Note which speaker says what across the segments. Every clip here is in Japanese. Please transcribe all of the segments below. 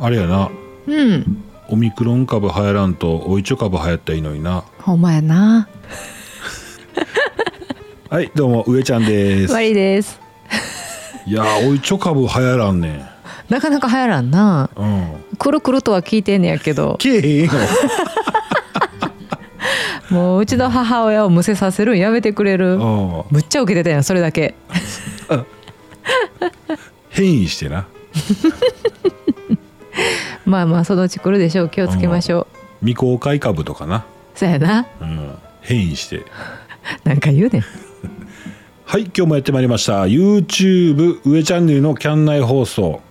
Speaker 1: あれやな
Speaker 2: うん
Speaker 1: オミクロン株流行らんとおいちょ株流行ったらいいのにな
Speaker 2: ほんまやな
Speaker 1: はいどうも上ちゃんです
Speaker 2: 終わりです
Speaker 1: いやーおいちょ株流行らんね
Speaker 2: なかなか流行らんなん
Speaker 1: うん
Speaker 2: くるくるとは聞いてんねやけ ど
Speaker 1: けえへんよ
Speaker 2: もううちの母親をむせさせるんやめてくれる
Speaker 1: うん
Speaker 2: むっちゃ受けてたやんそれだけ
Speaker 1: 変異してな
Speaker 2: まあまあそのうち来るでしょう気をつけましょう
Speaker 1: 未公開株とかな、
Speaker 2: そ やな
Speaker 1: うん、変異して
Speaker 2: なんか言うねん
Speaker 1: はい今日もやってまいりました YouTube 上チャンネルのキャン内放送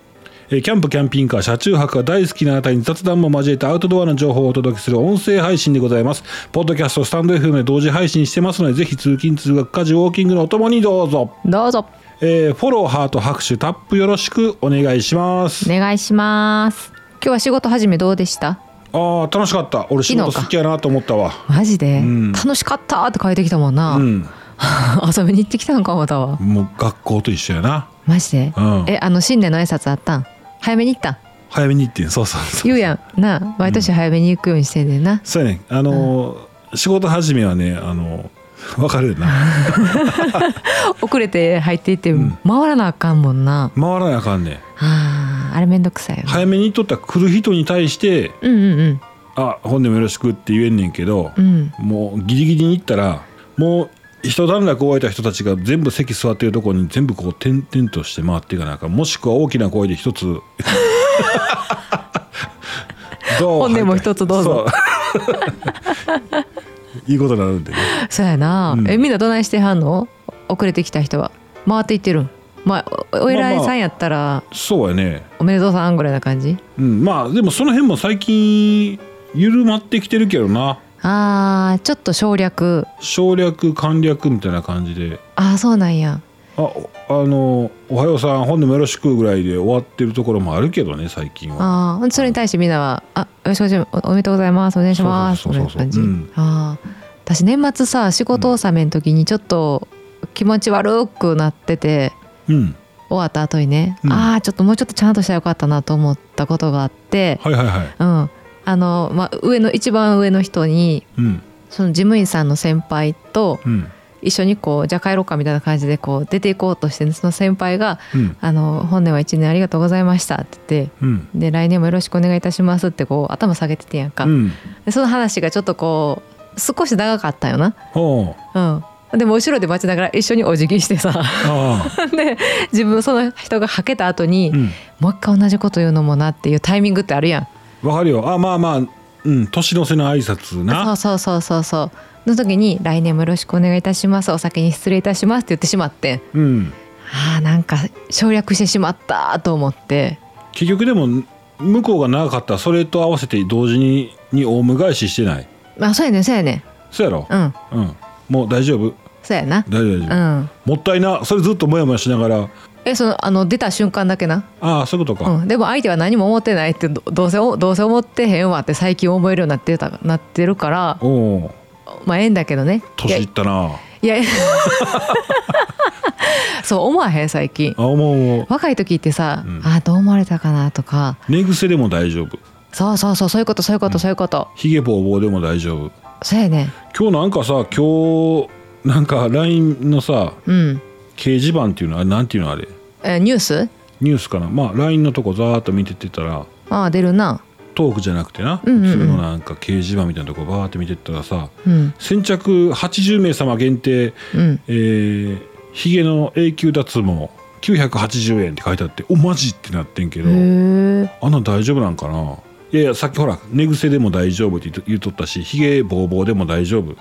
Speaker 1: えーキャンプキャンピングカー車中泊が大好きなあなたに雑談も交えたアウトドアの情報をお届けする音声配信でございますポッドキャストスタンド FM で同時配信してますのでぜひ通勤通学家事ウォーキングのお供にどうぞ、
Speaker 2: どうぞ
Speaker 1: えーフォローハート拍手タップよろしくお願いします、
Speaker 2: お願いします今日は仕事始めどうでした
Speaker 1: ああ楽しかった俺仕事
Speaker 2: 昨日か
Speaker 1: 好きやなと思ったわ
Speaker 2: マジで、
Speaker 1: うん
Speaker 2: 楽しかったって書いてきたもんな、
Speaker 1: う
Speaker 2: 遊
Speaker 1: ん
Speaker 2: びに行ってきたんかまたは
Speaker 1: もう学校と一緒やな
Speaker 2: マジで、
Speaker 1: うん
Speaker 2: えあの新年の挨拶あったん早めに行ったん
Speaker 1: 早めに行ってんそうそうそう
Speaker 2: 言うやんなあ毎年早めに行くようにしてんねんな、
Speaker 1: そうやねあのー仕事始めはねあのーわかるよ な
Speaker 2: 遅れて入っていって回らなあかんもんな、
Speaker 1: 回らなあかんねん
Speaker 2: あーあれめんどくさいよね、
Speaker 1: 早めに取ったら来る人に対して
Speaker 2: うんうん
Speaker 1: 「あ本でもよろしく」って言えんねんけど、
Speaker 2: うんうん
Speaker 1: もうギリギリに行ったらもう一段落終えた人たちが全部席座ってるとこに全部こう点々として回っていかなあかんもしくは大きな声で一 つど
Speaker 2: 本でも一つどう
Speaker 1: そう
Speaker 2: ぞ
Speaker 1: いいことになるんでね
Speaker 2: そうやな、
Speaker 1: うん
Speaker 2: えみんなどないしてはんの遅れてきた人は回っていってるんまあおお偉いさんやったら、
Speaker 1: そうやね
Speaker 2: おめでとうさんぐらいな感じ
Speaker 1: うん、まあでもその辺も最近緩まってきてるけどな
Speaker 2: あーちょっと省略
Speaker 1: 省略簡略みたいな感じで
Speaker 2: ああそうなんや
Speaker 1: あおあの「おはようさん本でもよろしく」ぐらいで終わってるところもあるけどね最近は
Speaker 2: ああそれに対してみんなは「あよろしくお願いしますおおめでとうございますお願いします」
Speaker 1: そう
Speaker 2: みた
Speaker 1: そ
Speaker 2: いう
Speaker 1: そうそう
Speaker 2: な感じ、
Speaker 1: うん
Speaker 2: ああ私年末さ仕事納めの時にちょっと気持ち悪くなってて
Speaker 1: うん
Speaker 2: 終わった後にね、
Speaker 1: うん
Speaker 2: ああちょっともうちょっとちゃんとしたらよかったなと思ったことがあって、
Speaker 1: はいはいはい
Speaker 2: うんあのまあ、上の一番上の人に
Speaker 1: うん
Speaker 2: その事務員さんの先輩と
Speaker 1: うん
Speaker 2: 一緒にこうじゃあ帰ろうかみたいな感じでこう出ていこうとしてるその先輩が
Speaker 1: うん
Speaker 2: 「あの本年は1年ありがとうございました」って言って。
Speaker 1: うん
Speaker 2: で来年もよろしくお願いいたしますってこう頭下げててんやんか、
Speaker 1: うん
Speaker 2: でその話がちょっとこう少し長かったよな
Speaker 1: おう
Speaker 2: うんでも後ろで待ちながら一緒にお辞儀してさ
Speaker 1: ああ
Speaker 2: で自分その人がはけた後に、
Speaker 1: うん
Speaker 2: もう一回同じこと言うのもなっていうタイミングってあるやん
Speaker 1: わかるよあまあまあうん年の瀬の挨拶
Speaker 2: そ
Speaker 1: な
Speaker 2: うそうそうそうそうの時に「来年もよろしくお願いいたしますお先に失礼いたします」って言ってしまってん
Speaker 1: うん
Speaker 2: あーなんか省略してしまったと思って
Speaker 1: 結局でも向こうが長かったらそれと合わせて同時ににオウム返ししてない
Speaker 2: まあそうやねんそうやね
Speaker 1: そうやろ
Speaker 2: んうん
Speaker 1: うん、もう大丈夫
Speaker 2: そうやな
Speaker 1: 大丈夫大
Speaker 2: う
Speaker 1: 丈夫、
Speaker 2: ん
Speaker 1: もったいなそれずっとモヤモヤしながら
Speaker 2: えそのあの出た瞬間だけな
Speaker 1: ああそういうことか、
Speaker 2: うん、でも相手は何も思ってないってどどうせおどうせ思ってへんわって最近思えるようになってたなってるから
Speaker 1: おお
Speaker 2: まあええんだけどねいや
Speaker 1: 年いったない
Speaker 2: や そう思わへん最近
Speaker 1: あもう
Speaker 2: 若い時ってさ、
Speaker 1: うん
Speaker 2: あどう思われたかなとか
Speaker 1: 寝癖でも大丈夫
Speaker 2: そうそうそうそういうことそういうこと、そういうこと
Speaker 1: ひげぼうぼうでも大丈夫
Speaker 2: そうやね
Speaker 1: 今日なんかさ今日なんか LINE のさ
Speaker 2: うん
Speaker 1: 掲示板っていうのあれなんていうのあれ
Speaker 2: えニュース
Speaker 1: ニュースかなまあ LINE のとこざーっと見ててたら
Speaker 2: ああ出るな
Speaker 1: トークじゃなくてな、
Speaker 2: うんうんうん
Speaker 1: 普通のなんか掲示板みたいなとこバーって見てったらさ
Speaker 2: うん
Speaker 1: 先着80名様限定
Speaker 2: うん
Speaker 1: えー、ヒゲの永久脱毛980円って書いてあっておマジってなってんけど
Speaker 2: へえ
Speaker 1: あんなん大丈夫なんかないやいやさっきほら寝癖でも大丈夫って言うと言うとったしヒゲボーボーでも大丈夫
Speaker 2: うんうん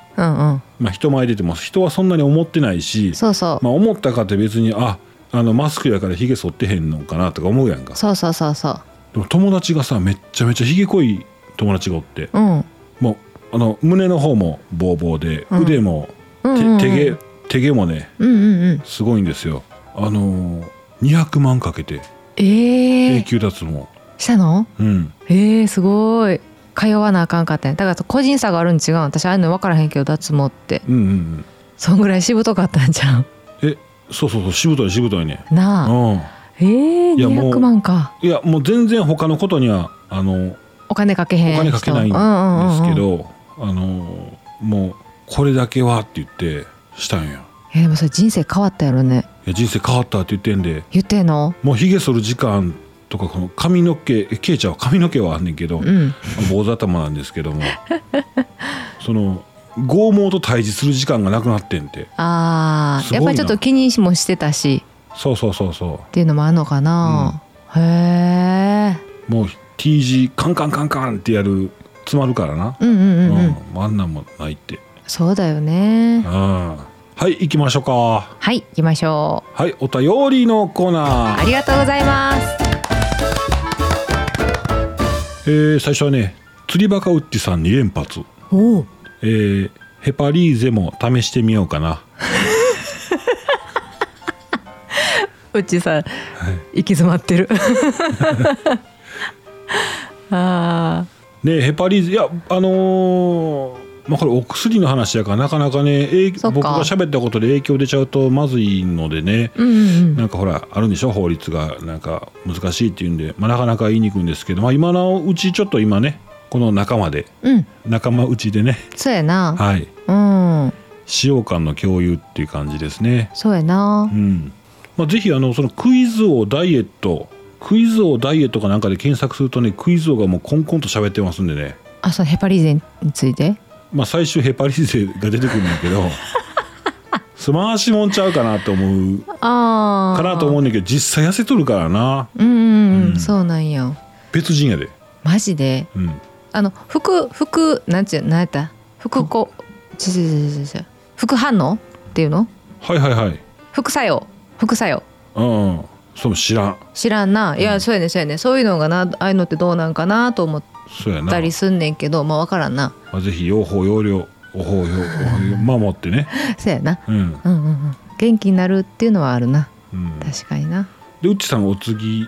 Speaker 1: まあ人前出ても人はそんなに思ってないし
Speaker 2: そうそう、
Speaker 1: まあ思ったかって別にああのマスクやからヒゲ剃ってへんのかなとか思うやんか
Speaker 2: そうそうそうそう
Speaker 1: でも友達がさめっちゃめちゃヒゲ濃い友達がおって
Speaker 2: うん
Speaker 1: もうあの胸の方もボーボーで
Speaker 2: うん
Speaker 1: 腕も、
Speaker 2: うん
Speaker 1: て
Speaker 2: うん
Speaker 1: 手毛手毛もね
Speaker 2: うんうんうん
Speaker 1: すごいんですよあのー200万かけて
Speaker 2: ええ
Speaker 1: 永久脱毛
Speaker 2: したの
Speaker 1: うん
Speaker 2: えー、すごい通わなあかんかったんやだから個人差があるん違うん私ああいうの分からへんけど脱毛って
Speaker 1: うんうんうん
Speaker 2: そんぐらいしぶとかったんじゃん
Speaker 1: えそうそうそうしぶといしぶといね
Speaker 2: なあ
Speaker 1: うん
Speaker 2: ええ
Speaker 1: いやもう
Speaker 2: 200万か
Speaker 1: いやもう全然他のことにはあの
Speaker 2: お金かけ
Speaker 1: お
Speaker 2: へん
Speaker 1: 金かけないん
Speaker 2: 人うんうんうんうん
Speaker 1: ですけど、あのもうこれだけはって言ってしたんや
Speaker 2: えでもそれ人生変わったやろね
Speaker 1: いや人生変わったって言ってんで
Speaker 2: 言ってんの
Speaker 1: もうひげ剃る時間とかこの髪の毛えケイちゃんは髪の毛はあんねんけど、
Speaker 2: うん
Speaker 1: 坊主頭なんですけ どもその剛毛と対峙する時間がなくなってんて
Speaker 2: あ
Speaker 1: すごい
Speaker 2: あ
Speaker 1: な
Speaker 2: やっぱりちょっと気にもしてたし
Speaker 1: そうそうそうそ
Speaker 2: っていうのもあるのかな、へえ
Speaker 1: うもう T 字カンカンカンカンってやる詰まるからな、
Speaker 2: うんうんうん、うん、
Speaker 1: うんあんなんもないって
Speaker 2: そうだよ
Speaker 1: うん
Speaker 2: ね
Speaker 1: はい行きましょうか
Speaker 2: はい行きましょう
Speaker 1: はいお便りのコーナー
Speaker 2: ありがとうございます
Speaker 1: えー最初はね釣りバカウッチさん2連発
Speaker 2: おお
Speaker 1: えーヘパリーゼも試してみようかな
Speaker 2: うちさん、行き詰まってる あ
Speaker 1: ねヘパリーゼいやあのーまあこれお薬の話やからなかなかねえい
Speaker 2: そっか
Speaker 1: 僕が喋ったことで影響出ちゃうとまずいのでね
Speaker 2: ーうんうんう
Speaker 1: なんんかほらあるんでしょ法律がなんか難しいっていうんで、まあ、なかなか言いにくいんですけど、まあ、今のうちちょっと今ねこの仲間で
Speaker 2: うん
Speaker 1: 仲間内でね
Speaker 2: そうやな
Speaker 1: はい
Speaker 2: うん
Speaker 1: 使用感の共有っていう感じですね
Speaker 2: そうやな
Speaker 1: うん、まあ、ぜひあのそのクイズ王ダイエットクイズ王ダイエットかなんかで検索するとねクイズ王がもうコンコンと喋ってますんでね
Speaker 2: あそうヘパリーゼについて
Speaker 1: まあ、最終ヘパリーゼが出てくるんだけ どすまわしもんちゃうかなと思う
Speaker 2: ああ
Speaker 1: かなと思うんだけど実際痩せとるからな
Speaker 2: うんうん、うん
Speaker 1: うん
Speaker 2: そうなんや
Speaker 1: 別人やで、
Speaker 2: マジで
Speaker 1: うん、
Speaker 2: あの副副なんちゅうなんやった副こちちちちち副反応っていうの
Speaker 1: はいはいはい
Speaker 2: 副作用副作用
Speaker 1: うんうんそう知らん
Speaker 2: 知らんないや、
Speaker 1: うん
Speaker 2: そうやねそうやねそういうのがなああいうのってどうなんかなと思っ
Speaker 1: そうやな
Speaker 2: たりすんねんけどまあ分からんな
Speaker 1: まあ、ぜひ用法用量お法用守ってね
Speaker 2: そうやな
Speaker 1: うん、
Speaker 2: うんうんうん元気になるっていうのはあるな
Speaker 1: うん、
Speaker 2: 確かにな
Speaker 1: でうっちさんお次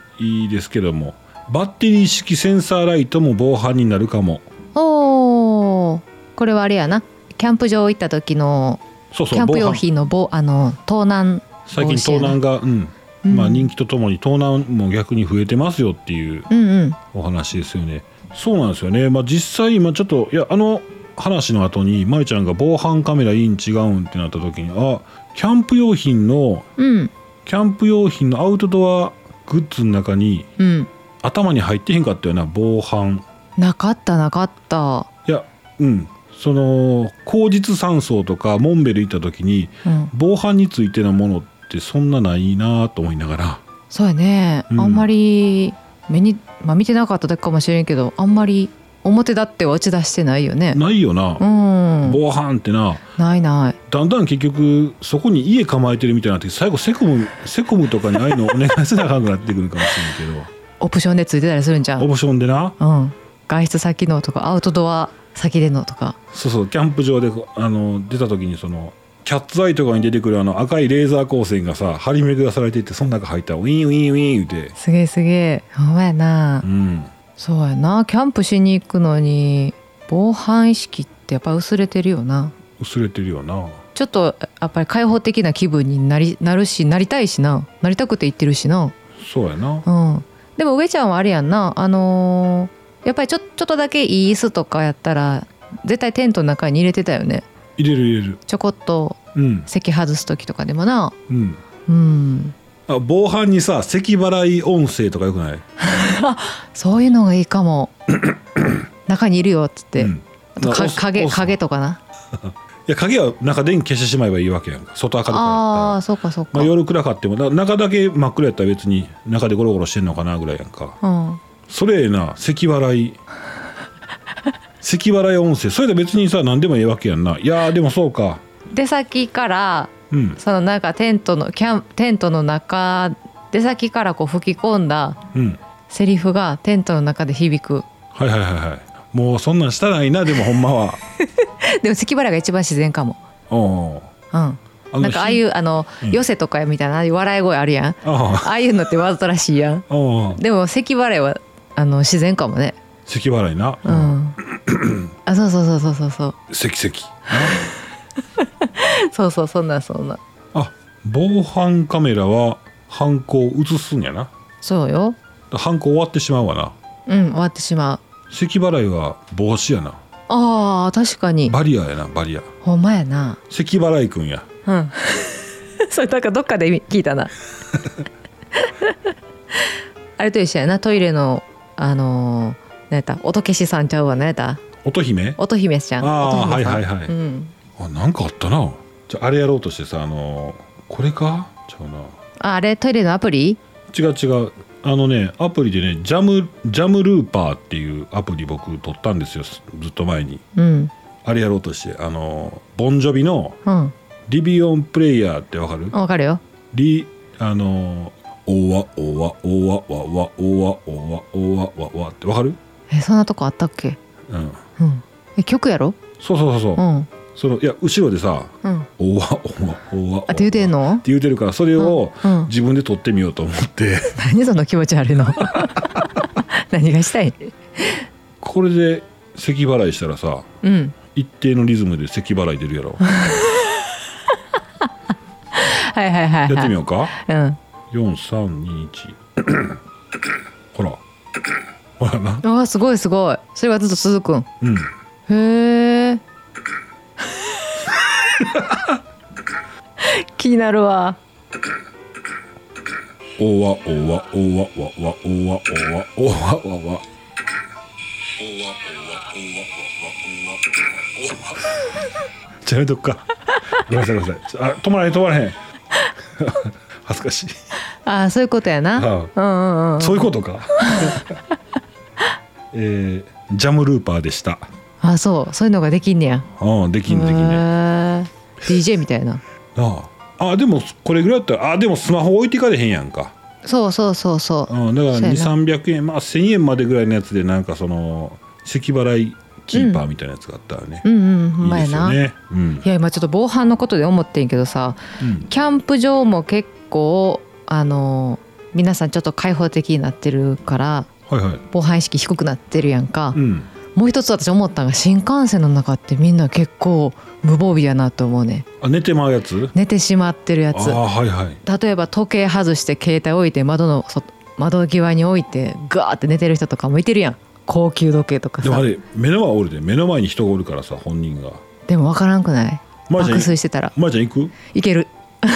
Speaker 1: ですけどもバッテリー式センサーライトも防犯になるかも
Speaker 2: おーこれはあれやなキャンプ場行った時の
Speaker 1: そう
Speaker 2: キ
Speaker 1: そう
Speaker 2: ャンプ
Speaker 1: 防
Speaker 2: 用
Speaker 1: 犯
Speaker 2: 品の防あの盗難
Speaker 1: 最近盗難が、うん
Speaker 2: うん
Speaker 1: まあ、人気とともに盗難も逆に増えてますよっていう
Speaker 2: うんうん
Speaker 1: お話ですよね。そうなんですよね、まあ、実際、まあ、ちょっといやあの話の後にまるちゃんが防犯カメラいいん違うんってなった時にあキャンプ用品の
Speaker 2: うん
Speaker 1: キャンプ用品のアウトドアグッズの中に
Speaker 2: うん
Speaker 1: 頭に入ってへんかったよな防犯
Speaker 2: なかったなかった
Speaker 1: いやうんその口実山荘とかモンベル行った時に
Speaker 2: うん
Speaker 1: 防犯についてのものってそんなないなと思いながら
Speaker 2: そうやね、
Speaker 1: うん
Speaker 2: あんまり目に、まあ、見てなかっただけかもしれんけどあんまり表立っては打ち出してないよね
Speaker 1: ないよな、
Speaker 2: うん
Speaker 1: 防犯ってな
Speaker 2: ないない
Speaker 1: だんだん結局そこに家構えてるみたいになって最後セコムセコムとかにああいうのお願いせなあかんくなってくるかもしれない
Speaker 2: オプションでついてたりするんじゃ
Speaker 1: けどオ
Speaker 2: ん、
Speaker 1: プションでな
Speaker 2: うん、外出先のとかアウトドア先でのとか
Speaker 1: そうそうキャンプ場でこうあの出た時にそのキャッツアイとかに出てくるあの赤いレーザー光線がさ張り巡らされていってその中入ったらウィンウィンウィンって、
Speaker 2: すげえすげえほんまやな、
Speaker 1: うん、
Speaker 2: そうやなキャンプしに行くのに防犯意識ってやっぱ薄れてるよな
Speaker 1: 薄れてるよな
Speaker 2: ちょっとやっぱり開放的な気分になりなるしなりたいしななりたくて行ってるしな
Speaker 1: そうやな
Speaker 2: うん、でも上ちゃんはあれやんなあのーやっぱりちょちょっとだけいい椅子とかやったら絶対テントの中に入れてたよね
Speaker 1: 入れる入れる
Speaker 2: ちょこっと
Speaker 1: うん
Speaker 2: 席外す時とかでもな
Speaker 1: うん
Speaker 2: うん
Speaker 1: あ防犯にさ咳払い音声とかよくない
Speaker 2: そういうのがいい かも中にいるよっつって、
Speaker 1: うん
Speaker 2: あとか
Speaker 1: お
Speaker 2: 影
Speaker 1: お
Speaker 2: 影とかない
Speaker 1: や鍵は中電気消してしまえばいいわけやんか外明るくなったら
Speaker 2: ああーそうかそうか、
Speaker 1: まあ、夜暗かってもだ中だけ真っ暗やったら別に中でゴロゴロしてんのかなぐらいやんか
Speaker 2: うん、
Speaker 1: それええな咳払い咳払い音声それで別にさ何でもええわけやんないやーでもそうか
Speaker 2: 出先から
Speaker 1: うん
Speaker 2: そのなんかテントのキャンテントの中出先からこう吹き込んだ
Speaker 1: うん
Speaker 2: セリフがテントの中で響く
Speaker 1: はいはいはいはいもうそんなんしたらいいなでもほんまは
Speaker 2: でも咳払いが一番自然かも
Speaker 1: おう
Speaker 2: うん
Speaker 1: おう
Speaker 2: なんかああいううあの、
Speaker 1: うん
Speaker 2: 寄せとかみたいなああいう笑い声あるやん
Speaker 1: あ
Speaker 2: ああいうのってわざとらしいやん
Speaker 1: あ おう
Speaker 2: でも咳払いはあの自然かもね
Speaker 1: 咳払いな
Speaker 2: うん あそうそうそうそうそうそう
Speaker 1: 咳咳な
Speaker 2: そうそうそんなんそんなん
Speaker 1: あ防犯カメラはハンコを移すんやな
Speaker 2: そうよ
Speaker 1: ハンコ終わってしまうわな
Speaker 2: うん終わってしまう
Speaker 1: 咳払いは帽子やな
Speaker 2: あー確かに
Speaker 1: バリアやなバリア
Speaker 2: ほんまやな
Speaker 1: 咳払いくんや
Speaker 2: うん それなんかどっかで聞いたな あれと一緒やなトイレのあのー何やった音消しさんちゃうわ何やった
Speaker 1: 乙姫
Speaker 2: 音姫ちゃん
Speaker 1: あー
Speaker 2: 音姫さん
Speaker 1: はいはいはい
Speaker 2: うん、
Speaker 1: あなんかあったなじゃああれやろうとしてさあのこれかちゃうな
Speaker 2: ああれトイレのアプリ
Speaker 1: 違う違うあのねアプリでねジャムジャムルーパーっていうアプリ僕取ったんですよすずっと前に
Speaker 2: うん
Speaker 1: あれやろうとしてあのボンジョビの
Speaker 2: うん
Speaker 1: リビオンプレイヤーってわかる
Speaker 2: わかるよ
Speaker 1: リあのおわおわおわわわおわおわおわわわってわかる
Speaker 2: えそんなとこあったっけ
Speaker 1: うん
Speaker 2: うんえ曲やろ
Speaker 1: そうそうそうそ
Speaker 2: う
Speaker 1: うんそのいや後ろでさ
Speaker 2: うん
Speaker 1: おわおわおわ
Speaker 2: あって言うてん
Speaker 1: の
Speaker 2: の
Speaker 1: って言うてるからそれを
Speaker 2: うん
Speaker 1: 自分で撮ってみようと思って
Speaker 2: 何その気持ち悪いの何がしたい
Speaker 1: これで咳払いしたらさ
Speaker 2: うん
Speaker 1: 一定のリズムで咳払い出るやろ
Speaker 2: はいはいはいはい
Speaker 1: やってみようか
Speaker 2: うん
Speaker 1: 4321 ほらほらな
Speaker 2: あーすごいすごいそれはずっと続くん
Speaker 1: うん
Speaker 2: へえ気になるわ
Speaker 1: おわおわおわわわおわおわおわわ わじゃあやめとくかごめんなさいごめんなさいあ止まらへん止まらへん 恥ずかしい
Speaker 2: あーそういうことやな、
Speaker 1: はい
Speaker 2: うんうんうん
Speaker 1: そういうこと かえージャムルーパーでした
Speaker 2: あそうそういうのができんねや
Speaker 1: うんできんできんねな
Speaker 2: へー DJ みたいな
Speaker 1: ああでもこれぐらいだったらあでもスマホ置いていかれへんやんか
Speaker 2: そうそうそうそう
Speaker 1: うん、だから
Speaker 2: そうやな
Speaker 1: 2300円まあ1000円までぐらいのやつでなんかその咳払いキーパーみたいなやつがあったらね、
Speaker 2: うんうんほんま
Speaker 1: いいで
Speaker 2: や
Speaker 1: すよ
Speaker 2: な
Speaker 1: ね、うん
Speaker 2: いや今ちょっと防犯のことで思ってんけどさ
Speaker 1: うん、
Speaker 2: キャンプ場も結構あの皆さんちょっと開放的になってるから
Speaker 1: はいはい、
Speaker 2: 防犯意識低くなってるやんか、
Speaker 1: うん、
Speaker 2: もう一つ私思ったのが新幹線の中ってみんな結構無防備やなと思うね
Speaker 1: あ寝てまうやつ
Speaker 2: 寝てしまってるや
Speaker 1: あ
Speaker 2: つ
Speaker 1: あはいはい
Speaker 2: 例えば時計外して携帯置いて窓の外窓際に置いてガーって寝てる人とかもいてるやん高級時計とか
Speaker 1: でも
Speaker 2: さ
Speaker 1: あ
Speaker 2: でも
Speaker 1: れ目の前おるで目の前に人がおるからさ本人が
Speaker 2: 分からんくない
Speaker 1: まー
Speaker 2: 爆
Speaker 1: ちゃん
Speaker 2: 睡してたら
Speaker 1: まーちゃん行く
Speaker 2: いける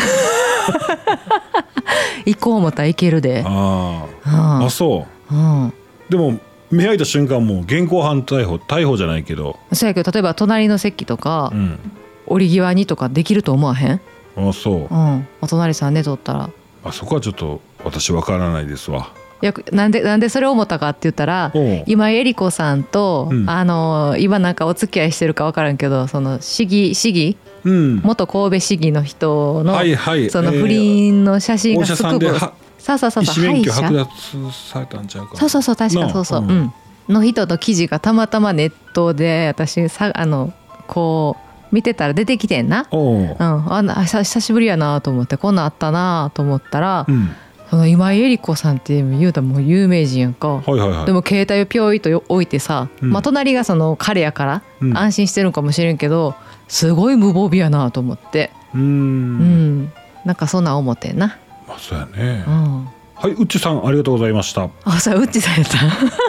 Speaker 2: 行こう思ったらいけるで
Speaker 1: ああ、
Speaker 2: うん
Speaker 1: あそ
Speaker 2: うん
Speaker 1: うでも目開いた瞬間もう現行犯逮捕逮捕じゃないけど
Speaker 2: そうやけど例えば隣の席とか、
Speaker 1: うん
Speaker 2: 折り際にとかできると思わへん
Speaker 1: あそう
Speaker 2: うんお隣さん寝とったら
Speaker 1: あそこはちょっと私わからないですわ
Speaker 2: よくなんでなんでそれを思ったかって言ったら
Speaker 1: おう
Speaker 2: 今江里子さんと、
Speaker 1: うん
Speaker 2: あの今なんかお付き合いしてるか分からんけどその市議市議
Speaker 1: うん
Speaker 2: 元神戸市議の人の、
Speaker 1: はいはい
Speaker 2: その
Speaker 1: えー
Speaker 2: 不倫の写真
Speaker 1: お医
Speaker 2: が
Speaker 1: 者
Speaker 2: す
Speaker 1: さ
Speaker 2: ご
Speaker 1: んで
Speaker 2: く
Speaker 1: は
Speaker 2: そうそうそう
Speaker 1: 医
Speaker 2: そ
Speaker 1: 師
Speaker 2: う歯
Speaker 1: 免
Speaker 2: 医
Speaker 1: 許
Speaker 2: 者
Speaker 1: 剥奪されたんちゃうか
Speaker 2: そうそうそう確
Speaker 1: な
Speaker 2: か
Speaker 1: あ
Speaker 2: そうそう、
Speaker 1: う
Speaker 2: うんんの人の記事がたまたまネットで私さあのこう見てたら出てきてんな。
Speaker 1: おう
Speaker 2: うん、あんなあ久久しぶりやなと思ってこんなんあったなと思ったら、
Speaker 1: うん
Speaker 2: その今井絵理子さんっていう言うたらもう有名人やんか、
Speaker 1: はいはいはい
Speaker 2: でも携帯をピョイとよ置いてさ、
Speaker 1: うん
Speaker 2: まあ、隣がその彼やから
Speaker 1: うん
Speaker 2: 安心してるんかもしれんけど、すごい無防備やなと思って
Speaker 1: うー
Speaker 2: うんん、なんかそんなん思ってんな、
Speaker 1: まあそうやね
Speaker 2: うん、
Speaker 1: はいうっちさんありがとうございました
Speaker 2: あそうウッチさんやっ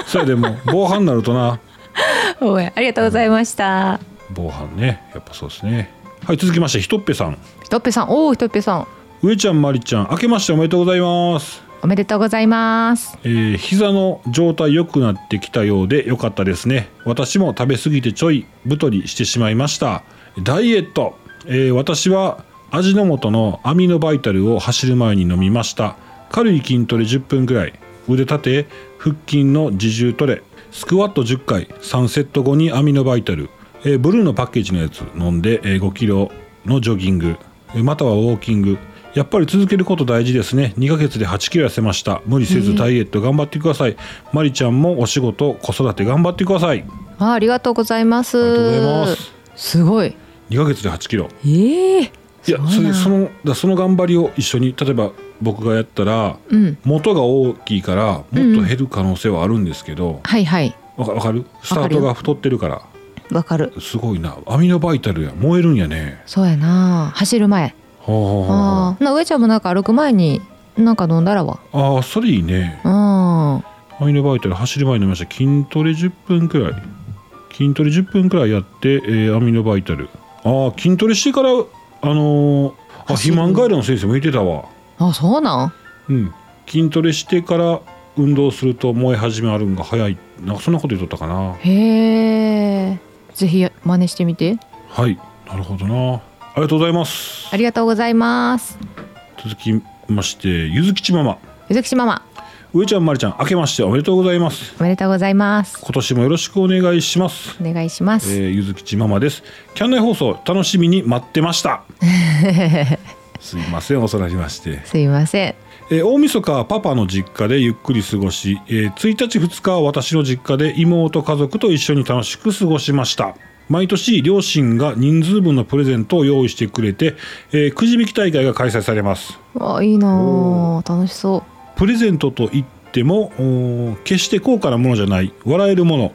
Speaker 1: それで も防犯になるとな
Speaker 2: た おいありがとうございました
Speaker 1: 防犯ねやっぱそうですねはい続きましてひとっぺさん
Speaker 2: ひとっぺさんおおひとっぺさん
Speaker 1: 上ちゃんまりちゃん明けましておめでとうございます
Speaker 2: おめでとうございます
Speaker 1: えー膝の状態良くなってきたようで良かったですね私も食べ過ぎてちょい太りしてしまいましたダイエット、えー私は味の素のアミノバイタルを走る前に飲みました軽い筋トレ10分くらい腕立て腹筋の自重トレスクワット10回3セット後にアミノバイタル、えーブルーのパッケージのやつ飲んで、え5キロのジョギングえーまたはウォーキングやっぱり続けること大事ですね2ヶ月で8キロ痩せました無理せずダイエット頑張ってください、まりちゃんもお仕事子育て頑張ってください
Speaker 2: あありがとうございます
Speaker 1: ありがとうございます
Speaker 2: すごい
Speaker 1: 2ヶ月で8キロ
Speaker 2: ええ
Speaker 1: いやそ
Speaker 2: そう
Speaker 1: れ
Speaker 2: なん
Speaker 1: そのだその頑張りを一緒に例えば僕がやったら
Speaker 2: うん
Speaker 1: 元が大きいからもっと減る可能性はあるんですけど、
Speaker 2: はいはい
Speaker 1: わかわかるスタートが太ってるから
Speaker 2: わかる
Speaker 1: すごいなアミノバイタルや燃えるんやね
Speaker 2: そうやな走る前
Speaker 1: はあはあはあはあ
Speaker 2: ああーな上ちゃんもなんか歩く前になんか飲んだらわ
Speaker 1: ああそれいいね
Speaker 2: うん
Speaker 1: マインドバイタル走る前に飲みました筋トレ10分くらい筋トレ10分くらいやって、えーアミノバイタルああ筋トレしてからあのーあ肥
Speaker 2: 走る
Speaker 1: 満ガイドの先生向いてたわ
Speaker 2: あそうなん
Speaker 1: うん筋トレしてから運動すると燃え始めあるんが早いなんかそんなこと言っとったかな
Speaker 2: へえぜひ真似してみて
Speaker 1: はいなるほどなありがとうございます
Speaker 2: ありがとうございます
Speaker 1: 続きましてゆずきちママ
Speaker 2: ゆずきしママ
Speaker 1: 上ちゃんまりちゃん明けましておめでとうございます
Speaker 2: おめでとうございます
Speaker 1: 今年もよろしくお願いします、
Speaker 2: お願いしま
Speaker 1: え
Speaker 2: す、
Speaker 1: ー、ゆずきちママですキャン内放送楽しみに待ってましたすいませんおさらいしまして、
Speaker 2: すいません
Speaker 1: えー大晦日はパパの実家でゆっくり過ごし、えー1日2日は私の実家で妹家族と一緒に楽しく過ごしました毎年両親が人数分のプレゼントを用意してくれて、えーくじ引き大会が開催されます
Speaker 2: あいいなあ楽しそう
Speaker 1: プレゼントといってもおー決して高価なものじゃない笑える もの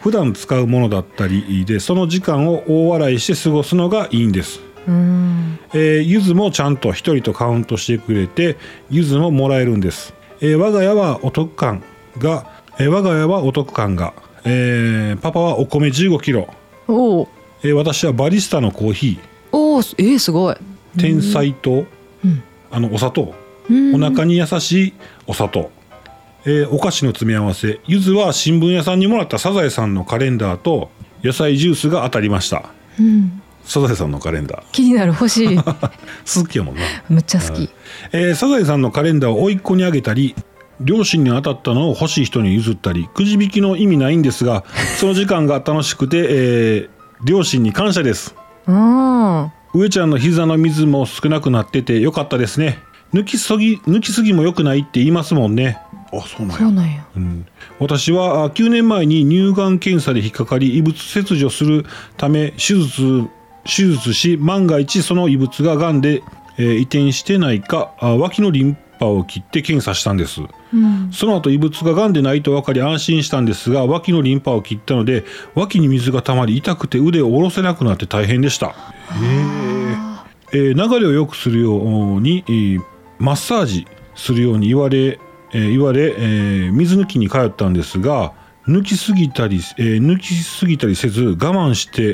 Speaker 1: 普段使うものだったりでその時間を大笑いして過ごすのがいいんです、
Speaker 2: うーん
Speaker 1: えーゆずもちゃんと一人とカウントしてくれてゆずももらえるんです、えー我が家はお得感が、えー我が家はお得感が、えーパパはお米1 5キロ、
Speaker 2: おお
Speaker 1: えー私はバリスタのコーヒ
Speaker 2: おおすえー、すごい
Speaker 1: ー天才糖、
Speaker 2: うん
Speaker 1: あのお砂糖
Speaker 2: うん
Speaker 1: お腹に優しいお砂糖、えーお菓子の詰め合わせゆずは新聞屋さんにもらったサザエさんのカレンダーと野菜ジュースが当たりました
Speaker 2: うん
Speaker 1: サザエさんのカレンダ
Speaker 2: 気になる欲 しい
Speaker 1: ー好きやもんな、
Speaker 2: むっちゃ好き
Speaker 1: えーサザエさんのカレンダーを甥っ子にあげたり両親に当たったのを欲しい人に譲ったりくじ引きの意味ないんですがその時間が楽しくて、えー両親に感謝です
Speaker 2: うん
Speaker 1: 上ちゃんの膝の水も少なくなっててよかったですね抜きすぎ抜きすぎも良くないって言いますもんねあそうなん
Speaker 2: そうなんや
Speaker 1: うん、私はあ9年前に乳がん検査で引っかかり異物切除するため手術手術し万が一その異物ががんで、えー移転してないかあ脇のリンパを切って検査したんです
Speaker 2: うん
Speaker 1: その後異物ががんでないと分かり安心したんですが脇のリンパを切ったので脇に水が溜まり痛くて腕を下ろせなくなって大変でした
Speaker 2: あ
Speaker 1: えー流れを良くするように、えーマッサージするように言われ、えー言われ、えー水抜きに通ったんですが抜きすぎたり、えー抜きすぎたりせず我慢して、え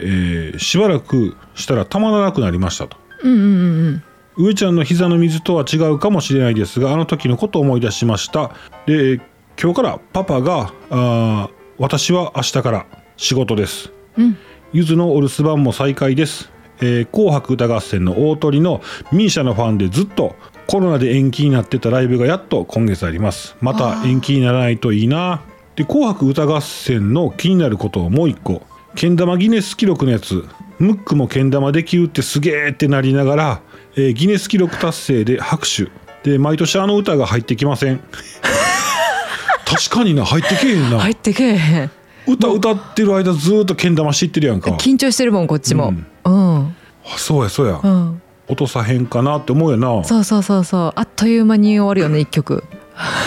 Speaker 1: ーしばらくしたらたまらなくなりましたと
Speaker 2: ーうんうんうんうん
Speaker 1: 上ちゃんの膝の水とは違うかもしれないですがあの時のことを思い出しましたでえー今日からパパがあー私は明日から仕事です
Speaker 2: うん
Speaker 1: ゆずのお留守番も再開です、えー紅白歌合戦の大鳥のミーシャのファンでずっとコロナで延期になってたライブがやっと今月ありますまた延期にならないといいなで紅白歌合戦の気になることをもう一個けん玉ギネス記録のやつムックもけん玉できるってすげーってなりながら、えーギネス記録達成で拍手で毎年あの歌が入ってきません確かにな入ってけえへんな、
Speaker 2: 入ってけえへん
Speaker 1: 歌歌ってる間ずーっとけん玉していってるやんか
Speaker 2: 緊張してるもんこっちもうん
Speaker 1: あそうやそうや、
Speaker 2: うん
Speaker 1: 落とさへんかなって思うよなな
Speaker 2: そうそうそうそうあっという間に終わるよね一曲
Speaker 1: あ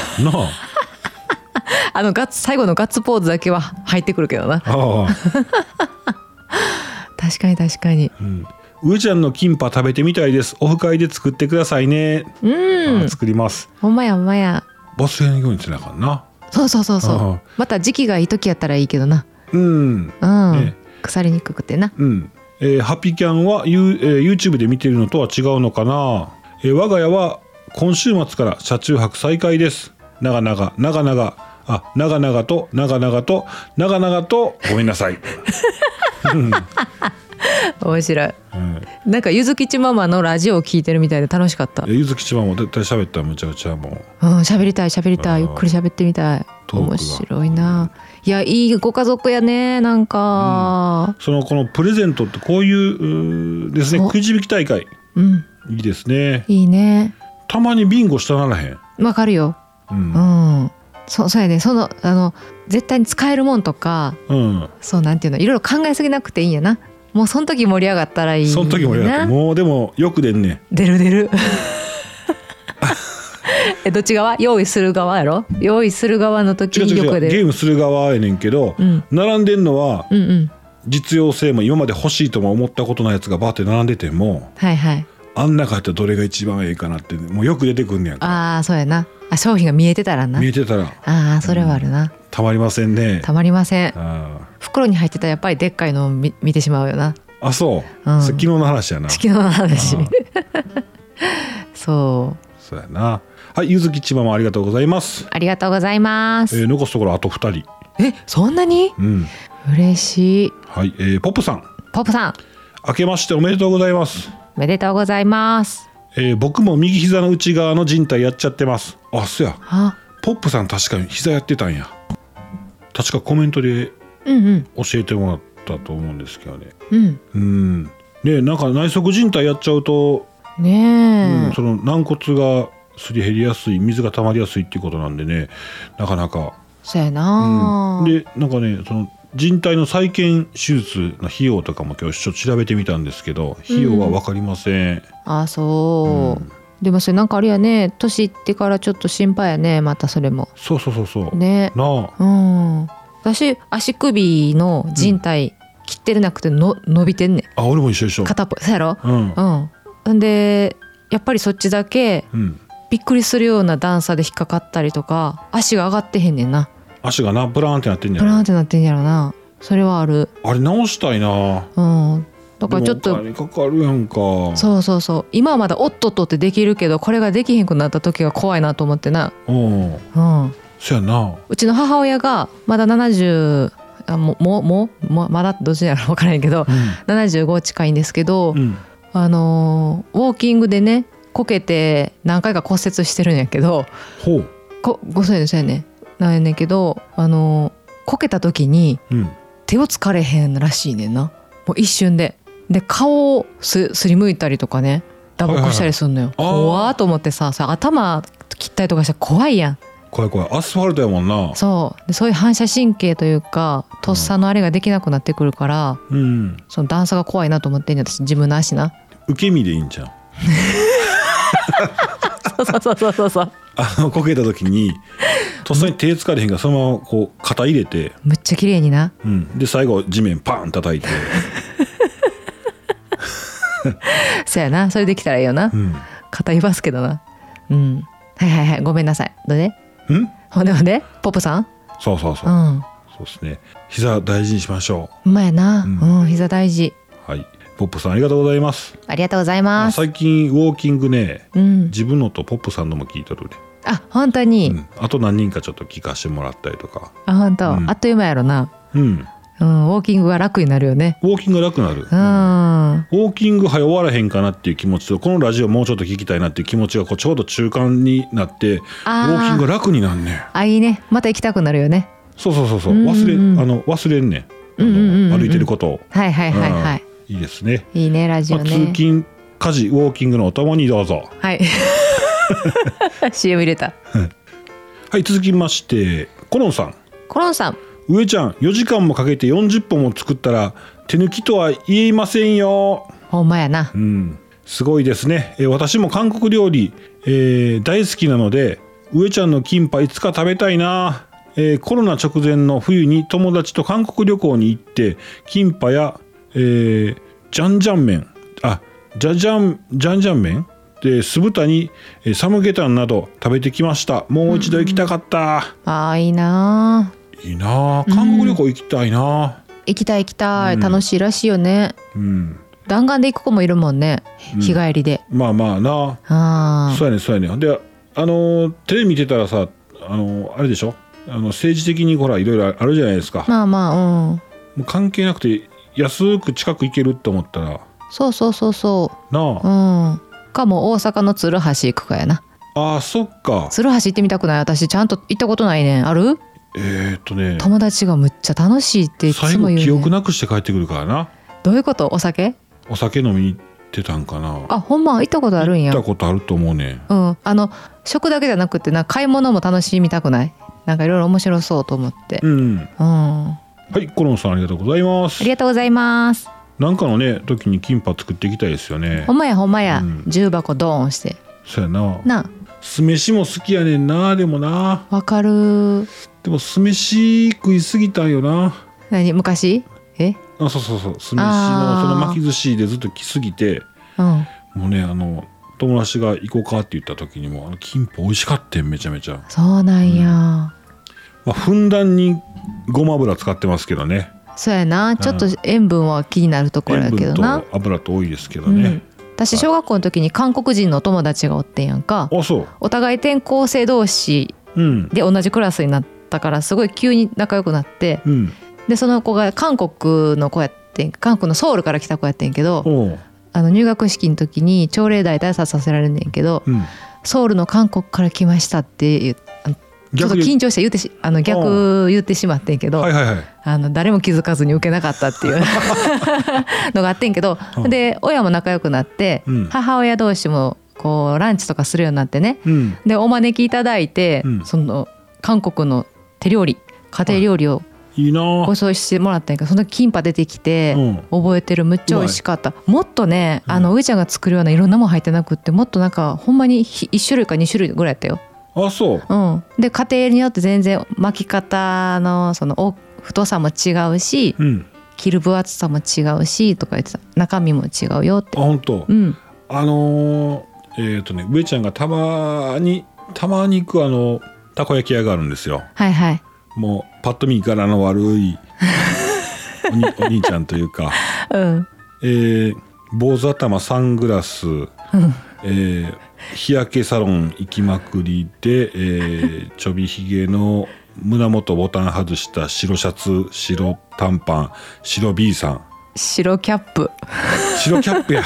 Speaker 2: あのガッツ最後のガッツポーズだけは 入ってくるけどな
Speaker 1: ああ、
Speaker 2: 確かに確かに
Speaker 1: うん、上ちゃんのキンパ食べてみたいですオフ会で作ってくださいね、
Speaker 2: うん
Speaker 1: あ作ります
Speaker 2: ほんまやほんまや
Speaker 1: 忘れんようにせなあかんな
Speaker 2: そうそうそうそ
Speaker 1: ああ
Speaker 2: うまた時期がいい時やったらいいけどな
Speaker 1: うん
Speaker 2: うん、
Speaker 1: ね
Speaker 2: 腐りにくくてな
Speaker 1: うん、えーハッピーキャンは、ユーえー YouTube で見てるのとは違うのかな、えー我が家は今週末から車中泊再開です長々長々あ長々と長々と長々とごめんな さい、
Speaker 2: 面白い
Speaker 1: うん
Speaker 2: なんかゆずきちママのラジオを聞いてるみたいで楽しかった
Speaker 1: えーゆずきちまも絶対喋ったらむちゃくちゃもう
Speaker 2: うん喋りたい喋りたい
Speaker 1: あ
Speaker 2: ゆ
Speaker 1: ー
Speaker 2: っくり喋ってみたい
Speaker 1: トークが
Speaker 2: 面白いないやいいご家族やねなんか
Speaker 1: そのこのプレゼントってこういううーですね
Speaker 2: そう
Speaker 1: くじ引き大会
Speaker 2: うん、
Speaker 1: いいですね
Speaker 2: いいね
Speaker 1: たまにビンゴしたならへん、
Speaker 2: わかるよ
Speaker 1: うん
Speaker 2: うんそそうやねそのあの絶対に使えるもんとか
Speaker 1: うん、
Speaker 2: そうなんていうのいろいろ考えすぎなくていいんやなもうその時盛り上がったらいいな
Speaker 1: その時もやもうでもよく出んね
Speaker 2: 出る出る えどっち側用意する側やろ用意する側の時
Speaker 1: 違う
Speaker 2: に
Speaker 1: 違
Speaker 2: よ
Speaker 1: う違
Speaker 2: く
Speaker 1: う
Speaker 2: 出
Speaker 1: ゲ
Speaker 2: る
Speaker 1: ームする側やねんけど、
Speaker 2: うん
Speaker 1: 並んでんのは
Speaker 2: うんうん
Speaker 1: 実用性も今まで欲しいとも思ったことないやつがバーって並んでても
Speaker 2: はいはい
Speaker 1: あん中やったらどれが一番いいかなってもうよく出てくんねやんか
Speaker 2: ああそうやなあ商品が見えてたらな
Speaker 1: 見えてたら
Speaker 2: ああそれはあるな、
Speaker 1: たまりませんね
Speaker 2: たまりません
Speaker 1: あ
Speaker 2: 袋に入ってたらやっぱりでっかいのを見見てしまうよな
Speaker 1: ーあそう、
Speaker 2: うん
Speaker 1: 昨日の話やな
Speaker 2: 昨日の話
Speaker 1: あー
Speaker 2: そう
Speaker 1: そうやなはいゆずきちまもありがとうございます、
Speaker 2: ありがとうございま
Speaker 1: え
Speaker 2: す
Speaker 1: ー残すところあと2人
Speaker 2: えそんなに
Speaker 1: うん
Speaker 2: 嬉しい
Speaker 1: はい、えーポップさん
Speaker 2: ポップさん
Speaker 1: 明けましておめでとうございます、
Speaker 2: おめでとうございます
Speaker 1: えー僕も右膝の内側の靭帯やっちゃってますあそや
Speaker 2: あ
Speaker 1: ポップさん確かに膝やってたんや確かコメントで
Speaker 2: うんうん
Speaker 1: 教えてもらったと思うんですけどね
Speaker 2: うん
Speaker 1: うんねなんか内側靭帯やっちゃうと、うん
Speaker 2: ねえ、
Speaker 1: その軟骨がすり減りやすい水が溜まりやすいっていうことなんでねなかなか、
Speaker 2: そうや
Speaker 1: うん
Speaker 2: な、
Speaker 1: でなんかねその靭帯の再建手術の費用とかも今日ちょっと調べてみたんですけど費用は分かりません、
Speaker 2: あそ
Speaker 1: う
Speaker 2: う、
Speaker 1: ん
Speaker 2: でもそれなんかあれやね年いってからちょっと心配やねまたそれも
Speaker 1: そうそうそうそう、
Speaker 2: ね
Speaker 1: なあ
Speaker 2: うん私足首の靭帯切ってなくての伸びてんね
Speaker 1: あ俺も一緒一緒
Speaker 2: ん片っぽそうやろ
Speaker 1: うん
Speaker 2: うんなんでやっぱりそっちだけ
Speaker 1: うん
Speaker 2: びっくりするような段差で引っかかったりとか足が上がってへんねんな
Speaker 1: 足がなブラーンってなってんじゃ
Speaker 2: ブラ
Speaker 1: な
Speaker 2: ーンっ
Speaker 1: い
Speaker 2: てなってんやろなそれはある
Speaker 1: あれ直したいな
Speaker 2: うんだからちょっ
Speaker 1: で
Speaker 2: と
Speaker 1: もお金かかるやんか
Speaker 2: そうそうそう今はまだおっとっとってできるけどこれができへんくなった時が怖いなと思ってな
Speaker 1: うん
Speaker 2: うん
Speaker 1: そやな
Speaker 2: うちの母親がまだ70あもうもうもうもうまだどっちやろ分からへんけど
Speaker 1: う
Speaker 2: 75近いんですけど、
Speaker 1: ん、うん、
Speaker 2: あのーウォーキングでねこけて何回か骨折してるんやけど
Speaker 1: ほう
Speaker 2: こごそうやねそうやねなんやねんけどあのーこけた時に
Speaker 1: うん
Speaker 2: 手をつかれへんらしいねんなもう一瞬でで顔をすすりむいたりとかね打撲したりすんのよ、
Speaker 1: はいはいはいあー
Speaker 2: 怖ーと思ってささ頭切ったりとかしたら怖いやん
Speaker 1: 怖い怖いアスファルトやもんな
Speaker 2: そうでそういう反射神経というかとっさのあれができなくなってくるから、
Speaker 1: うん
Speaker 2: その段差が怖いなと思ってんねん私自分の 足な
Speaker 1: 受け身でいいんじゃん
Speaker 2: そうそうそうそうそう
Speaker 1: あのこけた時 にとっさに手つかれへんからそのままこう肩入れて、
Speaker 2: むっちゃ綺麗にな
Speaker 1: うん、で最後地面パン叩いて、
Speaker 2: そうやなそれできたらいいよな、
Speaker 1: うん、
Speaker 2: 肩いますけどなうんはいはいはいごめんなさいどれ
Speaker 1: うん
Speaker 2: ほんでほんでポップさん
Speaker 1: そうそうそうう、
Speaker 2: ん
Speaker 1: そうですね膝大事にしましょ
Speaker 2: うまやな、
Speaker 1: うん
Speaker 2: うん、膝大事
Speaker 1: うはいポップさんありがとうございます
Speaker 2: ありがとうございます
Speaker 1: 最近ウォーキングね
Speaker 2: うん
Speaker 1: 自分のとポップさんのも聞いとるね、
Speaker 2: あ本当に、
Speaker 1: うん、あと何人かちょっと聞かしてもらったりとか
Speaker 2: あ本当、
Speaker 1: うん
Speaker 2: あっという間やろな
Speaker 1: うん
Speaker 2: うんウォーキングは楽になるよね
Speaker 1: ウォーキング楽になる、
Speaker 2: うん、
Speaker 1: ウォーキング早終わらへんかなっていう気持ちとこのラジオもうちょっと聞きたいなっていう気持ちがこうちょうど中間になってウォ
Speaker 2: あー
Speaker 1: ーキング楽になんねん
Speaker 2: あいいねまた行きたくなるよね
Speaker 1: そうそうそうそう
Speaker 2: うんうんうん
Speaker 1: 忘れ、あの忘れんねんあの
Speaker 2: うんうんうんうん
Speaker 1: 歩いてることを、
Speaker 2: はいはいはいはい、
Speaker 1: うんいいですね、
Speaker 2: いいねラジオ
Speaker 1: まあ、通
Speaker 2: ね、
Speaker 1: 勤家事ウォーキングのお供にどうぞ
Speaker 2: はい CM 入れた
Speaker 1: はい続きましてコロンさん
Speaker 2: コロンさん
Speaker 1: 上ちゃん4時間もかけて40本も作ったら手抜きとは言えませんよ
Speaker 2: ほんまやな
Speaker 1: うん、すごいですね、えー私も韓国料理、えー大好きなので上ちゃんのキンパいつか食べたいな、えーコロナ直前の冬に友達と韓国旅行に行ってキンパや、えージャンジャン麺あジャジャンジャンジャン麺で酢豚に、えーサムゲタンなど食べてきましたもう一度行きたかった、
Speaker 2: あーいいなー
Speaker 1: いいなあ韓国旅行行きたいなあ
Speaker 2: 行きたい行きたい、
Speaker 1: うん
Speaker 2: 楽しいらしいよね
Speaker 1: うん、
Speaker 2: 弾丸で行く子もいるもんね
Speaker 1: うん
Speaker 2: 日帰りで、
Speaker 1: まあまあなあ
Speaker 2: あー
Speaker 1: そうやねそうやねであのーテレビ見てたらさあのーあれでしょあの政治的にほらいろいろあるじゃないですか、
Speaker 2: まあまあうん
Speaker 1: もう関係なくて安く近く行けると思ったら
Speaker 2: そうそうそうそ
Speaker 1: な
Speaker 2: うう
Speaker 1: あ、
Speaker 2: んかも大阪の鶴橋行くかやな
Speaker 1: あーそっか
Speaker 2: 鶴橋行ってみたくない私ちゃんと行ったことないねんある
Speaker 1: えー、っとね
Speaker 2: 友達がむっちゃ楽しいってい
Speaker 1: 最
Speaker 2: つ
Speaker 1: 後
Speaker 2: も言う、ねん、
Speaker 1: 記憶なくして帰ってくるからな
Speaker 2: どういうことお酒
Speaker 1: お酒飲みに行ってたんかな
Speaker 2: あほんま行ったことあるん
Speaker 1: 行
Speaker 2: や
Speaker 1: ったことあると思うね
Speaker 2: うん、あの食だけじゃなくてなんか買い物も楽しみたくないなんかいろいろ面白そうと思って
Speaker 1: うん
Speaker 2: うん、あ
Speaker 1: はいコロンさんありがとうございます
Speaker 2: りがとうございます
Speaker 1: なんかのね時にキンパ作っていきたいですよね
Speaker 2: ほんまやほんまや、
Speaker 1: うん
Speaker 2: 重箱ドーンして
Speaker 1: そうやな
Speaker 2: な
Speaker 1: 酢飯も好きやねんなでもな
Speaker 2: わかる
Speaker 1: でも酢飯食いすぎたんよな
Speaker 2: 何昔え
Speaker 1: あそうそうそう酢飯の
Speaker 2: あー
Speaker 1: その巻き寿司でずっと来すぎて
Speaker 2: うん
Speaker 1: もうねあの友達が行こうかって言った時にもあのキンポ美味しかったよめちゃめちゃ、
Speaker 2: そうなんや、
Speaker 1: まあ、ふんだんにごま油使ってますけどね
Speaker 2: そうやなちょっと塩分は気になるところや
Speaker 1: 塩
Speaker 2: け
Speaker 1: 分
Speaker 2: どな
Speaker 1: と油と多いですけど
Speaker 2: う
Speaker 1: ね
Speaker 2: ん、私小学校の時に韓国人の友達がおってんやんか
Speaker 1: あそ
Speaker 2: お互い転校生同士
Speaker 1: ううん
Speaker 2: で同じクラスになったからすごい急に仲良くなって
Speaker 1: うん
Speaker 2: でその子が韓国の子やってん韓国のソウルから来た子やってんけど
Speaker 1: おう
Speaker 2: あの入学式の時に朝礼台で挨拶させられんねんけど
Speaker 1: うん
Speaker 2: ソウルの韓国から来ましたって言うあのちょっと
Speaker 1: 逆に
Speaker 2: 緊張して言ってしあの逆言ってしまってんけど、
Speaker 1: はいはいはい
Speaker 2: あの誰も気づかずに受けなかったっていう のがあってんけど、
Speaker 1: うん
Speaker 2: で親も仲良くなって、
Speaker 1: うん
Speaker 2: 母親同士もこうランチとかするようになってね
Speaker 1: うん
Speaker 2: でお招きいただいて、
Speaker 1: うん
Speaker 2: その韓国の手料理家庭料理を
Speaker 1: いいなぁ
Speaker 2: ご馳走してもらったんやけどその時キンパ出てきて。
Speaker 1: うん
Speaker 2: 覚えてるむっちゃ美味しかったもっとね
Speaker 1: うん
Speaker 2: あの上ちゃんが作るようないろんなもん入ってなくってもっとなんかほんまにひ一種類か二種類ぐらいやったよ
Speaker 1: あそう
Speaker 2: うん、で家庭によって全然巻き方のそのお太さも違うし
Speaker 1: うん
Speaker 2: 着る分厚さも違うしとか言ってた中身も違うよっ
Speaker 1: あ
Speaker 2: て
Speaker 1: 本当
Speaker 2: うん
Speaker 1: あのーえっ、とね上ちゃんがたまにたまに行くあのたこ焼き屋があるんですよ
Speaker 2: はいはい
Speaker 1: もうパッと見柄の悪いおに お兄ちゃんというか、
Speaker 2: うん
Speaker 1: えー坊主頭サングラス、えー日焼けサロン行きまくりで、えーちょびひげの胸元ボタン外した白シャツ白短パン白 B さん
Speaker 2: 白キャップ
Speaker 1: 白キャップや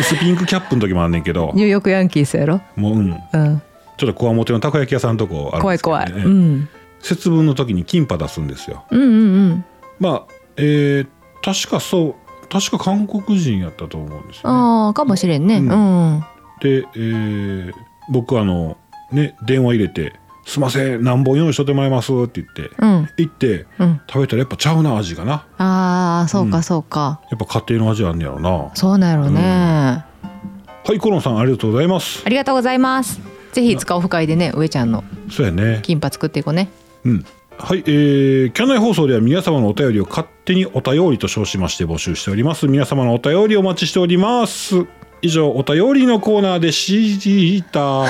Speaker 1: 薄ピンクキャップの時もあんねんけど
Speaker 2: ニューヨークヤンキースやろ、
Speaker 1: もううん
Speaker 2: うん、
Speaker 1: ちょっとこわもてのたこ焼き屋さんのとこあるん
Speaker 2: 怖
Speaker 1: です
Speaker 2: い
Speaker 1: けど、ね
Speaker 2: 怖、い、うん、
Speaker 1: 節分の時にキンパ出すんですよ
Speaker 2: うんうんうん
Speaker 1: まあえー確かそう確か韓国人やったと思うんですよ、ね、
Speaker 2: ああかもしれんね
Speaker 1: う
Speaker 2: うんん、うん
Speaker 1: で、えー僕あのね電話入れて「すいません何本用意しとってもらいます」って言って行って
Speaker 2: うん
Speaker 1: 食べたらやっぱちゃうな味がな
Speaker 2: ああそう
Speaker 1: うん
Speaker 2: かそうか、
Speaker 1: やっぱ家庭の味あんねやろなは
Speaker 2: そうなんやろね、
Speaker 1: うん
Speaker 2: あ
Speaker 1: いコロンさんありがとうございます
Speaker 2: りがとうございますぜひ使う深いでね上ちゃんの
Speaker 1: そうやね
Speaker 2: キンパ作っていこうね
Speaker 1: うんはい、えー、キャンナイ放送では皆様のお便りを勝手にお便りと称しまして募集しております。皆様のお便りお待ちしております。以上、お便りのコーナーで した。あ
Speaker 2: あ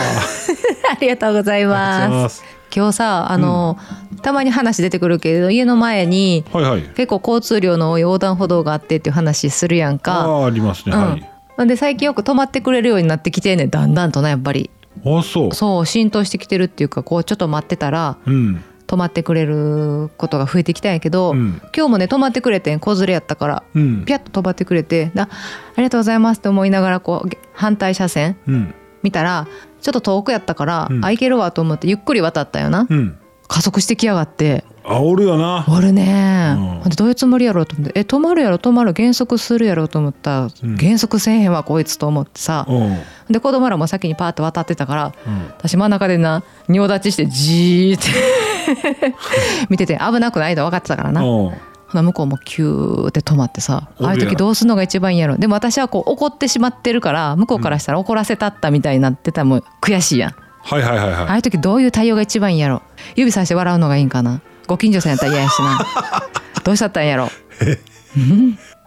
Speaker 2: りがとうござい
Speaker 1: りがとうござい
Speaker 2: ます。
Speaker 1: す。
Speaker 2: 今日さあの、たまに話出てくるけれど家の前に
Speaker 1: はいはい。
Speaker 2: 結構交通量の多い横断歩道があってっていう話するやん
Speaker 1: あ
Speaker 2: か。
Speaker 1: あー、ありますね。
Speaker 2: うん
Speaker 1: はい。
Speaker 2: なんで最近よく止まってくれるようになってきてんねんだんだんとなやっぱり
Speaker 1: あそう。
Speaker 2: そう浸透してきてるっていうかこうちょっと待ってたら
Speaker 1: うん。
Speaker 2: 止まってくれることが増えてきたんやけど、
Speaker 1: うん。
Speaker 2: 今日もね止まってくれてん子連れやったから
Speaker 1: うん。
Speaker 2: ピャッと止まってくれてあありがとうございますって思いながらこうげ反対車線
Speaker 1: うん。
Speaker 2: 見たらちょっと遠くやったから、
Speaker 1: うん
Speaker 2: あいけるわと思ってゆっくり渡ったよな、
Speaker 1: うん。
Speaker 2: 加速してきやがって
Speaker 1: あおるよな。
Speaker 2: おるね、
Speaker 1: うん
Speaker 2: ほんでどういうつもりやろうと思ってえ止まるやろ止まる減速するやろうと思ったら、
Speaker 1: うん
Speaker 2: 減速せえへんわこいつと思ってさ、
Speaker 1: うん。うん。
Speaker 2: で子供らも先にパーッと渡ってたから私真ん中でな仁王立ちしてじーって見て て危なくないと分かってたからな、
Speaker 1: うん。
Speaker 2: ほな向こうもキューって止まってさ
Speaker 1: おる
Speaker 2: あ
Speaker 1: や
Speaker 2: あ
Speaker 1: ん
Speaker 2: いう時どうすんのが一番いいんやろでも私はこう怒ってしまってるから向こうからしたら怒らせたったみたいになってたらもう悔しいやん
Speaker 1: はいはいはい
Speaker 2: あ
Speaker 1: は
Speaker 2: あいう時どういう対応が一番いいんやろ指さして笑うのがいいんかなご近所さんやったら嫌やしな どうしちゃったんやろ
Speaker 1: い。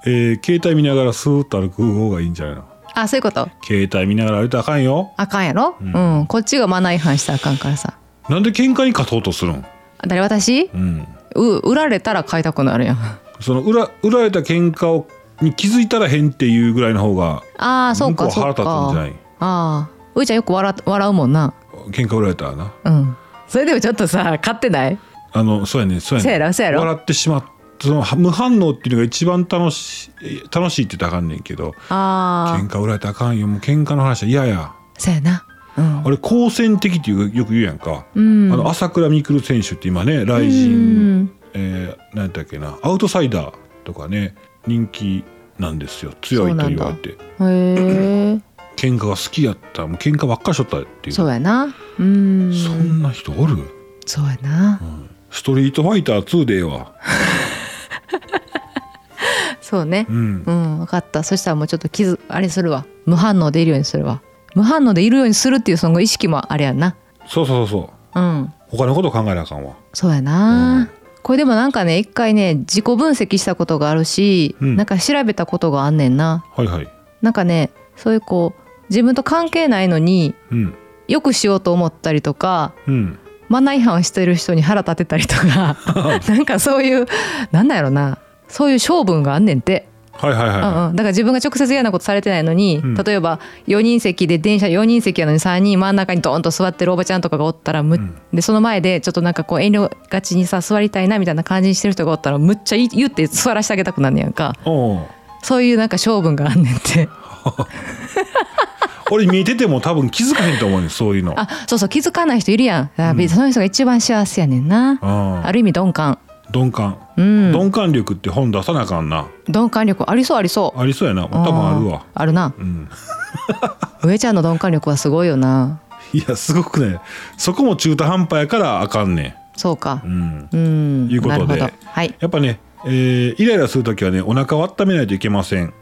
Speaker 1: えー、携帯見ながらスーッと歩く方がいいんじゃないの
Speaker 2: あそういうこと
Speaker 1: 携帯見ながら歩いたらあかんよ。
Speaker 2: あかんやろ、
Speaker 1: う
Speaker 2: うんんこっちがマナー違反したらあかんからさ
Speaker 1: なんで喧嘩に勝とうとするん
Speaker 2: 誰私
Speaker 1: うん。
Speaker 2: う売られたら買いたく なるやん
Speaker 1: その裏売られた喧嘩をに気づいたら変っていうぐらいの方が
Speaker 2: ああそう
Speaker 1: 向こう
Speaker 2: か
Speaker 1: は
Speaker 2: そ
Speaker 1: 腹
Speaker 2: う
Speaker 1: 立つんじゃな
Speaker 2: か
Speaker 1: い
Speaker 2: ああういちゃんよく笑笑うもんな
Speaker 1: 喧嘩売られたらな
Speaker 2: うんそれでもちょっとさ買ってない
Speaker 1: あのそうやねそうやね
Speaker 2: そうやろそうやろ
Speaker 1: 笑ってしまったその無反応っていうのが一番楽しい楽しいって言ったらあかんねんけど
Speaker 2: あ
Speaker 1: 喧嘩売られたらあかんよもう喧嘩の話は嫌や
Speaker 2: あそうやなうん
Speaker 1: あれ好戦的っていうよく言うやんか、
Speaker 2: うん
Speaker 1: あの朝倉未来選手って今ね雷
Speaker 2: う
Speaker 1: 神
Speaker 2: ん、
Speaker 1: えー、何だっけなアウトサイダーとかね人気なんですよ強いと言われて
Speaker 2: へえ
Speaker 1: 喧嘩が好きやったもう喧嘩ばっかりしとったっていう
Speaker 2: そうやなうん
Speaker 1: そんな人おる、
Speaker 2: そうやな
Speaker 1: ストリートファイター2でええわ。
Speaker 2: そうね
Speaker 1: うん。
Speaker 2: うん分かったそしたらもうちょっと傷あれするわ無反応でいるようにするわ無反応でいるようにするっていうその意識もあれやんな
Speaker 1: そうそうそうそう。
Speaker 2: うん
Speaker 1: 他のこと考えなあかんわ。
Speaker 2: そうや
Speaker 1: う、
Speaker 2: なんこれでもなんかね一回ね自己分析したことがあるし、
Speaker 1: うん
Speaker 2: なんか調べたことがあんねんな
Speaker 1: はいはい。
Speaker 2: なんかねそういうこう自分と関係ないのに
Speaker 1: うん
Speaker 2: よくしようと思ったりとか
Speaker 1: うん
Speaker 2: マナー違反してる人に腹立てたり とかなんかそういうなんだろうなそういう性分があんねんて、
Speaker 1: はいはい
Speaker 2: うん
Speaker 1: は
Speaker 2: うん、だから自分が直接嫌なことされてないのに、
Speaker 1: うん
Speaker 2: 例えば4人席で電車4人席やのに3人真ん中にドーンと座ってるおばちゃんとかがおったらむ、
Speaker 1: ん
Speaker 2: でその前でちょっとなんかこう遠慮がちにさ座りたいなみたいな感じにしてる人がおったらむっちゃ言い言って座らせてあげたくなんねやんか
Speaker 1: いおうん
Speaker 2: そういうなんか性分があんねんて
Speaker 1: 俺見てても多分気づかへんと思うねんそういうの
Speaker 2: あそうそう気づかない人いるやんあ、その人が一番幸せやねんな
Speaker 1: うん
Speaker 2: ある意味鈍感
Speaker 1: 鈍感
Speaker 2: うん
Speaker 1: 鈍感力って本出さなあかんな
Speaker 2: 鈍感力ありそうありそう
Speaker 1: ありそうやな多分あるわ
Speaker 2: あーあるな
Speaker 1: うん
Speaker 2: 上ちゃんの鈍感力はすごいよない
Speaker 1: やすごくねそこも中途半端やからあかんね
Speaker 2: そうか
Speaker 1: んうん
Speaker 2: うん
Speaker 1: いうことで
Speaker 2: なるほどはい
Speaker 1: やっぱね、えーイライラするときはねお腹を温めないといけません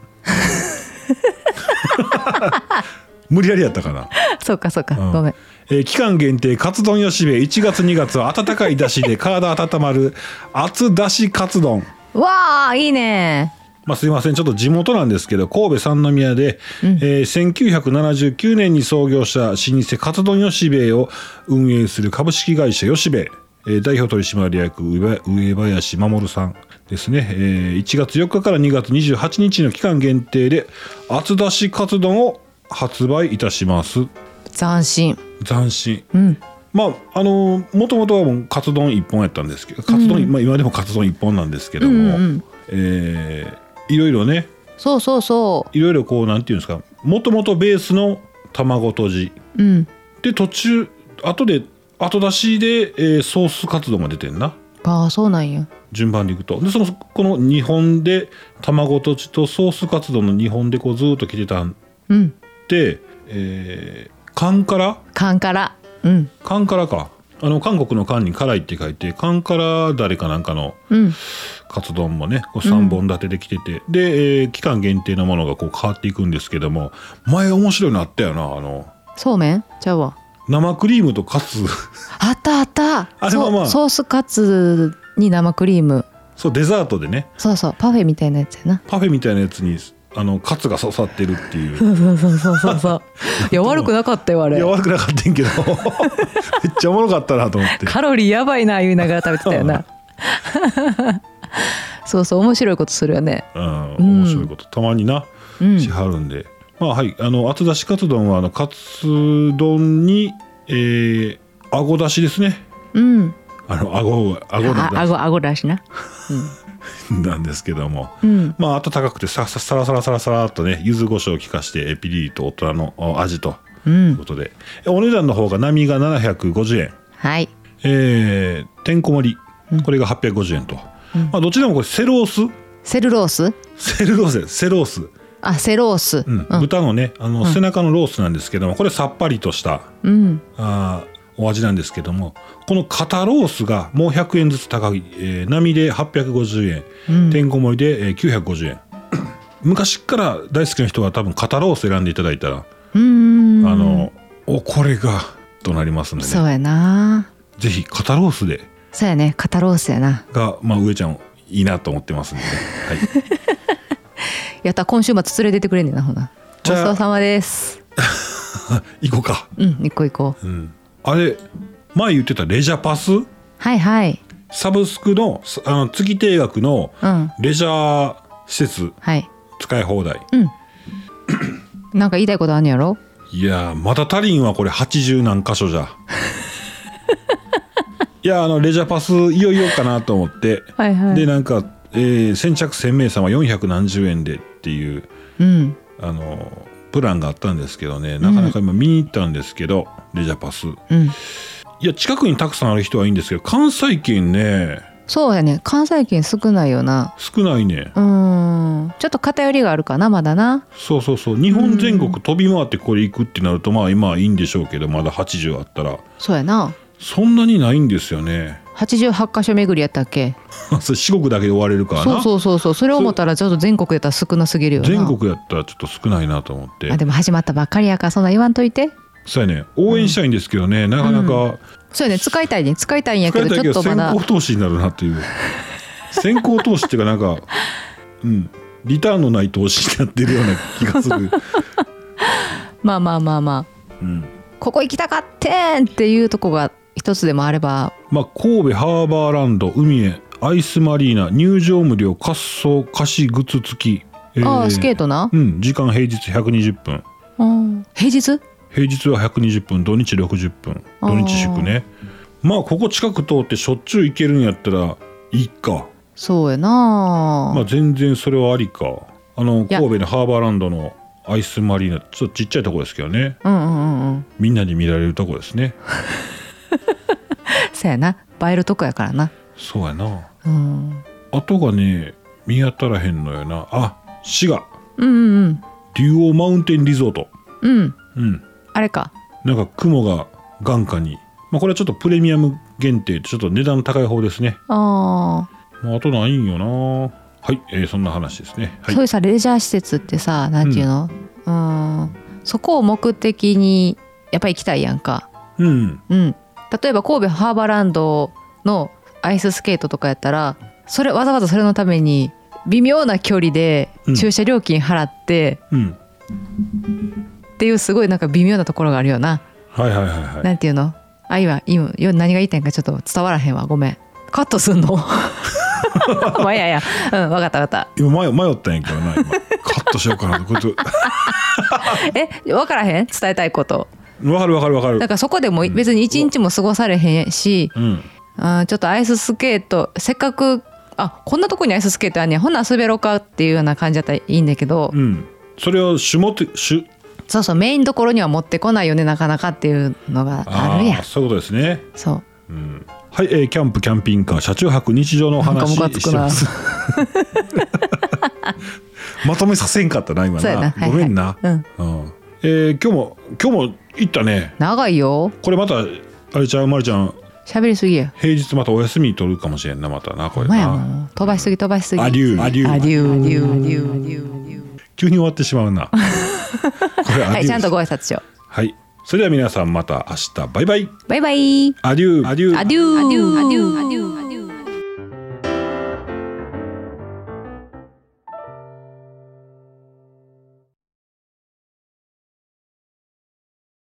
Speaker 1: 無理やりやったかな、
Speaker 2: そうかそうか、
Speaker 1: うん
Speaker 2: ごめん
Speaker 1: えー期間限定カツ丼よしべ1月2月は温かいだしで体温まる熱だしカツ丼
Speaker 2: わあいいね
Speaker 1: まあ、すいませんちょっと地元なんですけど神戸三宮で、えー1979年に創業した老舗カツ丼よしべを運営する株式会社よしべ、えー代表取締役上上林守さんですね、えー1月4日から2月28日の期間限定で厚出しカツ丼を発売いたします
Speaker 2: 斬新
Speaker 1: 斬新
Speaker 2: うん
Speaker 1: まああのもともとはもうカツ丼一本やったんですけどカツ丼、まあ、今でもカツ丼一本なんですけども、
Speaker 2: うんうん
Speaker 1: えーいろいろね
Speaker 2: そうそうそ
Speaker 1: いろいろこうなんていうんですかもともとベースの卵とじ
Speaker 2: ううん
Speaker 1: で途中後で後出しで、えーソースカツ丼が出てんな
Speaker 2: ああそうなんや
Speaker 1: 順番でいくとでそのこの2本で卵とじとソースカツ丼の2本でこうずーっと来てたん
Speaker 2: うん
Speaker 1: で、えー、缶から
Speaker 2: 缶からうん
Speaker 1: 缶からかあの韓国の缶に辛いって書いて缶から誰かなんかの
Speaker 2: うん
Speaker 1: カツ丼もねこう3本立てできてて、で、えー期間限定のものがこう変わっていくんですけども前面白いのあったよなあの
Speaker 2: そうめんちゃうわ
Speaker 1: 生クリームとカツ
Speaker 2: あったあった
Speaker 1: あれはまあ
Speaker 2: そうソースカツに生クリーム
Speaker 1: そうデザートでね
Speaker 2: そうそうパフェみたいなやつや な
Speaker 1: パフェみたいなやつにあのカツが刺さってるっていう
Speaker 2: そうそうそうそうそうそういや悪くなかったよあ
Speaker 1: い
Speaker 2: れ
Speaker 1: や悪くなかったんやけど めっちゃおもろかったなと思って
Speaker 2: カロリーやばいな言いながら食べてたよな そうそう面白いことするよね
Speaker 1: うん
Speaker 2: うん
Speaker 1: 面白いことたまにな、
Speaker 2: うん
Speaker 1: しはるんでまあはいあの厚出しカツ丼はあのカツ丼にえー、あご出しですね
Speaker 2: うん
Speaker 1: あのあごあご
Speaker 2: ああごあごだしな
Speaker 1: なんですけども、
Speaker 2: うん
Speaker 1: まあ温かくてさささらさらさらさらっとね柚子胡椒を効かしてえピリリと大人のお味と
Speaker 2: う
Speaker 1: というんことで、お値段の方が波が750円、
Speaker 2: はい
Speaker 1: えー、てんこ盛りこれが850円と、まあ、どちらもこれセロース
Speaker 2: セルロース
Speaker 1: セルロースやセロース、
Speaker 2: あセロース
Speaker 1: うん豚のねあの背中のロースなんですけどもこれさっぱりとした
Speaker 2: うん
Speaker 1: あーお味なんですけどもこの肩ロースがもう100円ずつ高い、えー波で850円、てんこ盛りで、えー950円 昔っから大好きな人は多分肩ロース選んでいただいたら、
Speaker 2: うん
Speaker 1: あのおこれがとなりますので
Speaker 2: そうやな
Speaker 1: ぜひ肩ロースで
Speaker 2: そうやね肩ロースやな
Speaker 1: が、まあ、上ちゃんいいなと思ってますんで、 はい、
Speaker 2: やった今週末連れてってくれんねんなほな
Speaker 1: じ
Speaker 2: ごち
Speaker 1: ゃあ
Speaker 2: そうさまです
Speaker 1: 行こうか、
Speaker 2: うん行こう行こう
Speaker 1: うん、あれ前言ってたレジャーパス
Speaker 2: はいはい
Speaker 1: サブスクのすあの月定額の
Speaker 2: うん
Speaker 1: レジャー施設
Speaker 2: はい
Speaker 1: 使い放題、
Speaker 2: なんか言いたいことあんねやろ
Speaker 1: いやーまた足りんはこれ80何箇所じゃ いやーあのレジャーパスいよいよかなと思って、
Speaker 2: はいはい
Speaker 1: でなんか、えー先着1000名様4何十円でっていう
Speaker 2: うん
Speaker 1: あのプランがあったんですけどねなかなか今見に行ったんですけど、レジャーパス
Speaker 2: うん
Speaker 1: いや近くにたくさんある人はいいんですけど関西圏ね
Speaker 2: そうやね関西圏少ないよな
Speaker 1: 少ないね
Speaker 2: うーんちょっと偏りがあるかなまだな
Speaker 1: そうそうそう日本全国飛び回ってこれ行くってなるとまあ今はいいんでしょうけどまだ80あったら
Speaker 2: そうやな
Speaker 1: そんなにないんですよね
Speaker 2: 88箇所巡りやったっけ
Speaker 1: それ四国だけで終われるからな
Speaker 2: そうそうそうそうそれを思ったらちょっと全国やったら少なすぎるよな
Speaker 1: 全国やったらちょっと少ないなと思って
Speaker 2: あでも始まったばっかりやからそんな言わんといて
Speaker 1: そうやね応援したいんですけどね、なかなか
Speaker 2: そうやね使いたいね使いたいんや
Speaker 1: 使
Speaker 2: け
Speaker 1: い
Speaker 2: ど
Speaker 1: たい
Speaker 2: ち
Speaker 1: け
Speaker 2: ょっ
Speaker 1: ど
Speaker 2: とま
Speaker 1: 先
Speaker 2: だ
Speaker 1: 行投資になるなっていう先行投資っ ていうかなんかうんリターンのない投資になってるような気がする
Speaker 2: まあまあまあまあ
Speaker 1: うん
Speaker 2: ここ行きたかってんっていうとこが一つでもあれば
Speaker 1: まあ、神戸ハーバーランド海へアイスマリーナ入場無料滑走貸し靴付き、え
Speaker 2: ああスケー
Speaker 1: ト
Speaker 2: トな、
Speaker 1: うん時間平日120分
Speaker 2: うん、平日
Speaker 1: 平日は120分土日60分
Speaker 2: あ
Speaker 1: 土
Speaker 2: ー
Speaker 1: 日祝ねまあここ近く通ってしょっちゅう行けるんやったらいいか
Speaker 2: そうやな、
Speaker 1: まあ全然それはありかあの
Speaker 2: や
Speaker 1: 神戸のハーバーランドのアイスマリーナちょっとちっちゃいとこですけどね
Speaker 2: うんうんうんうん
Speaker 1: みんなに見られるとこですね
Speaker 2: そうやな映えるとこやからな
Speaker 1: そうやな
Speaker 2: うん
Speaker 1: 後がね見当たらへんのよなあ滋賀
Speaker 2: うんうん
Speaker 1: デュオマウンテンリゾート
Speaker 2: うんうん
Speaker 1: うん
Speaker 2: あれか
Speaker 1: なんか雲が眼下に、まあ、これはちょっとプレミアム限定でちょっと値段高い方ですね
Speaker 2: ああ、
Speaker 1: まあ、あとないんよなはい、えーそんな話ですねはい
Speaker 2: そういうさレジャー施設ってさなんていうのうんそこを目的にやっぱり行きたいやんか
Speaker 1: うん
Speaker 2: うん例えば神戸ハーバーランドのアイススケートとかやったらそれわざわざそれのために微妙な距離で
Speaker 1: うん
Speaker 2: 駐車料金払って、
Speaker 1: うん
Speaker 2: っていうすごいなんか微妙なところがあるよな、
Speaker 1: はいはいはいはい
Speaker 2: なんていうのあいは今よ何が言いたいんかちょっと伝わらへんわごめんカットすんの まあいやいやうんわかったわかっ
Speaker 1: 今迷迷ったんやけどな 今カットしようかなこれと
Speaker 2: たえわからへん伝えたいこと
Speaker 1: わかるわかるわかる
Speaker 2: だからそこでも
Speaker 1: うん
Speaker 2: 別に一日も過ごされへんし、
Speaker 1: うん
Speaker 2: あーちょっとアイススケートせっかくあこんなとこにアイススケートあんねんほんなら滑ろうかっていうような感じだったらいいんだけど、
Speaker 1: うんそれを種目種
Speaker 2: そうそうメインどころには持ってこないよねなかなかっていうのがあるや
Speaker 1: ー
Speaker 2: ん
Speaker 1: そういうことですね
Speaker 2: そ
Speaker 1: う
Speaker 2: う
Speaker 1: んはい、えーキャンプキャンピングカー車中泊日常のお
Speaker 2: なんか
Speaker 1: 話
Speaker 2: ムカつ
Speaker 1: して
Speaker 2: くな
Speaker 1: ます まとめさせんかったな今
Speaker 2: そうや
Speaker 1: な
Speaker 2: なはいはい
Speaker 1: ごめんな、
Speaker 2: うん
Speaker 1: うんえー今日も今日も行ったね
Speaker 2: 長いよ
Speaker 1: これまたあれちゃんまるちゃん
Speaker 2: 喋りすぎや
Speaker 1: 平日またお休み取るかもしれんなまたなこ
Speaker 2: お
Speaker 1: れ
Speaker 2: 前や
Speaker 1: な
Speaker 2: もう飛ばしすぎ飛ばしすぎ
Speaker 1: アデューアデュー
Speaker 2: アデューアデューアデューアデューアデュー
Speaker 1: 急に終わってしま うなこれアデュー
Speaker 2: はいちゃんとご挨拶しよ
Speaker 1: はいそれでは皆さんまた明日バイバイ
Speaker 2: うバイバイ
Speaker 1: アデューアデュー
Speaker 2: アデューアデューアデューアデュー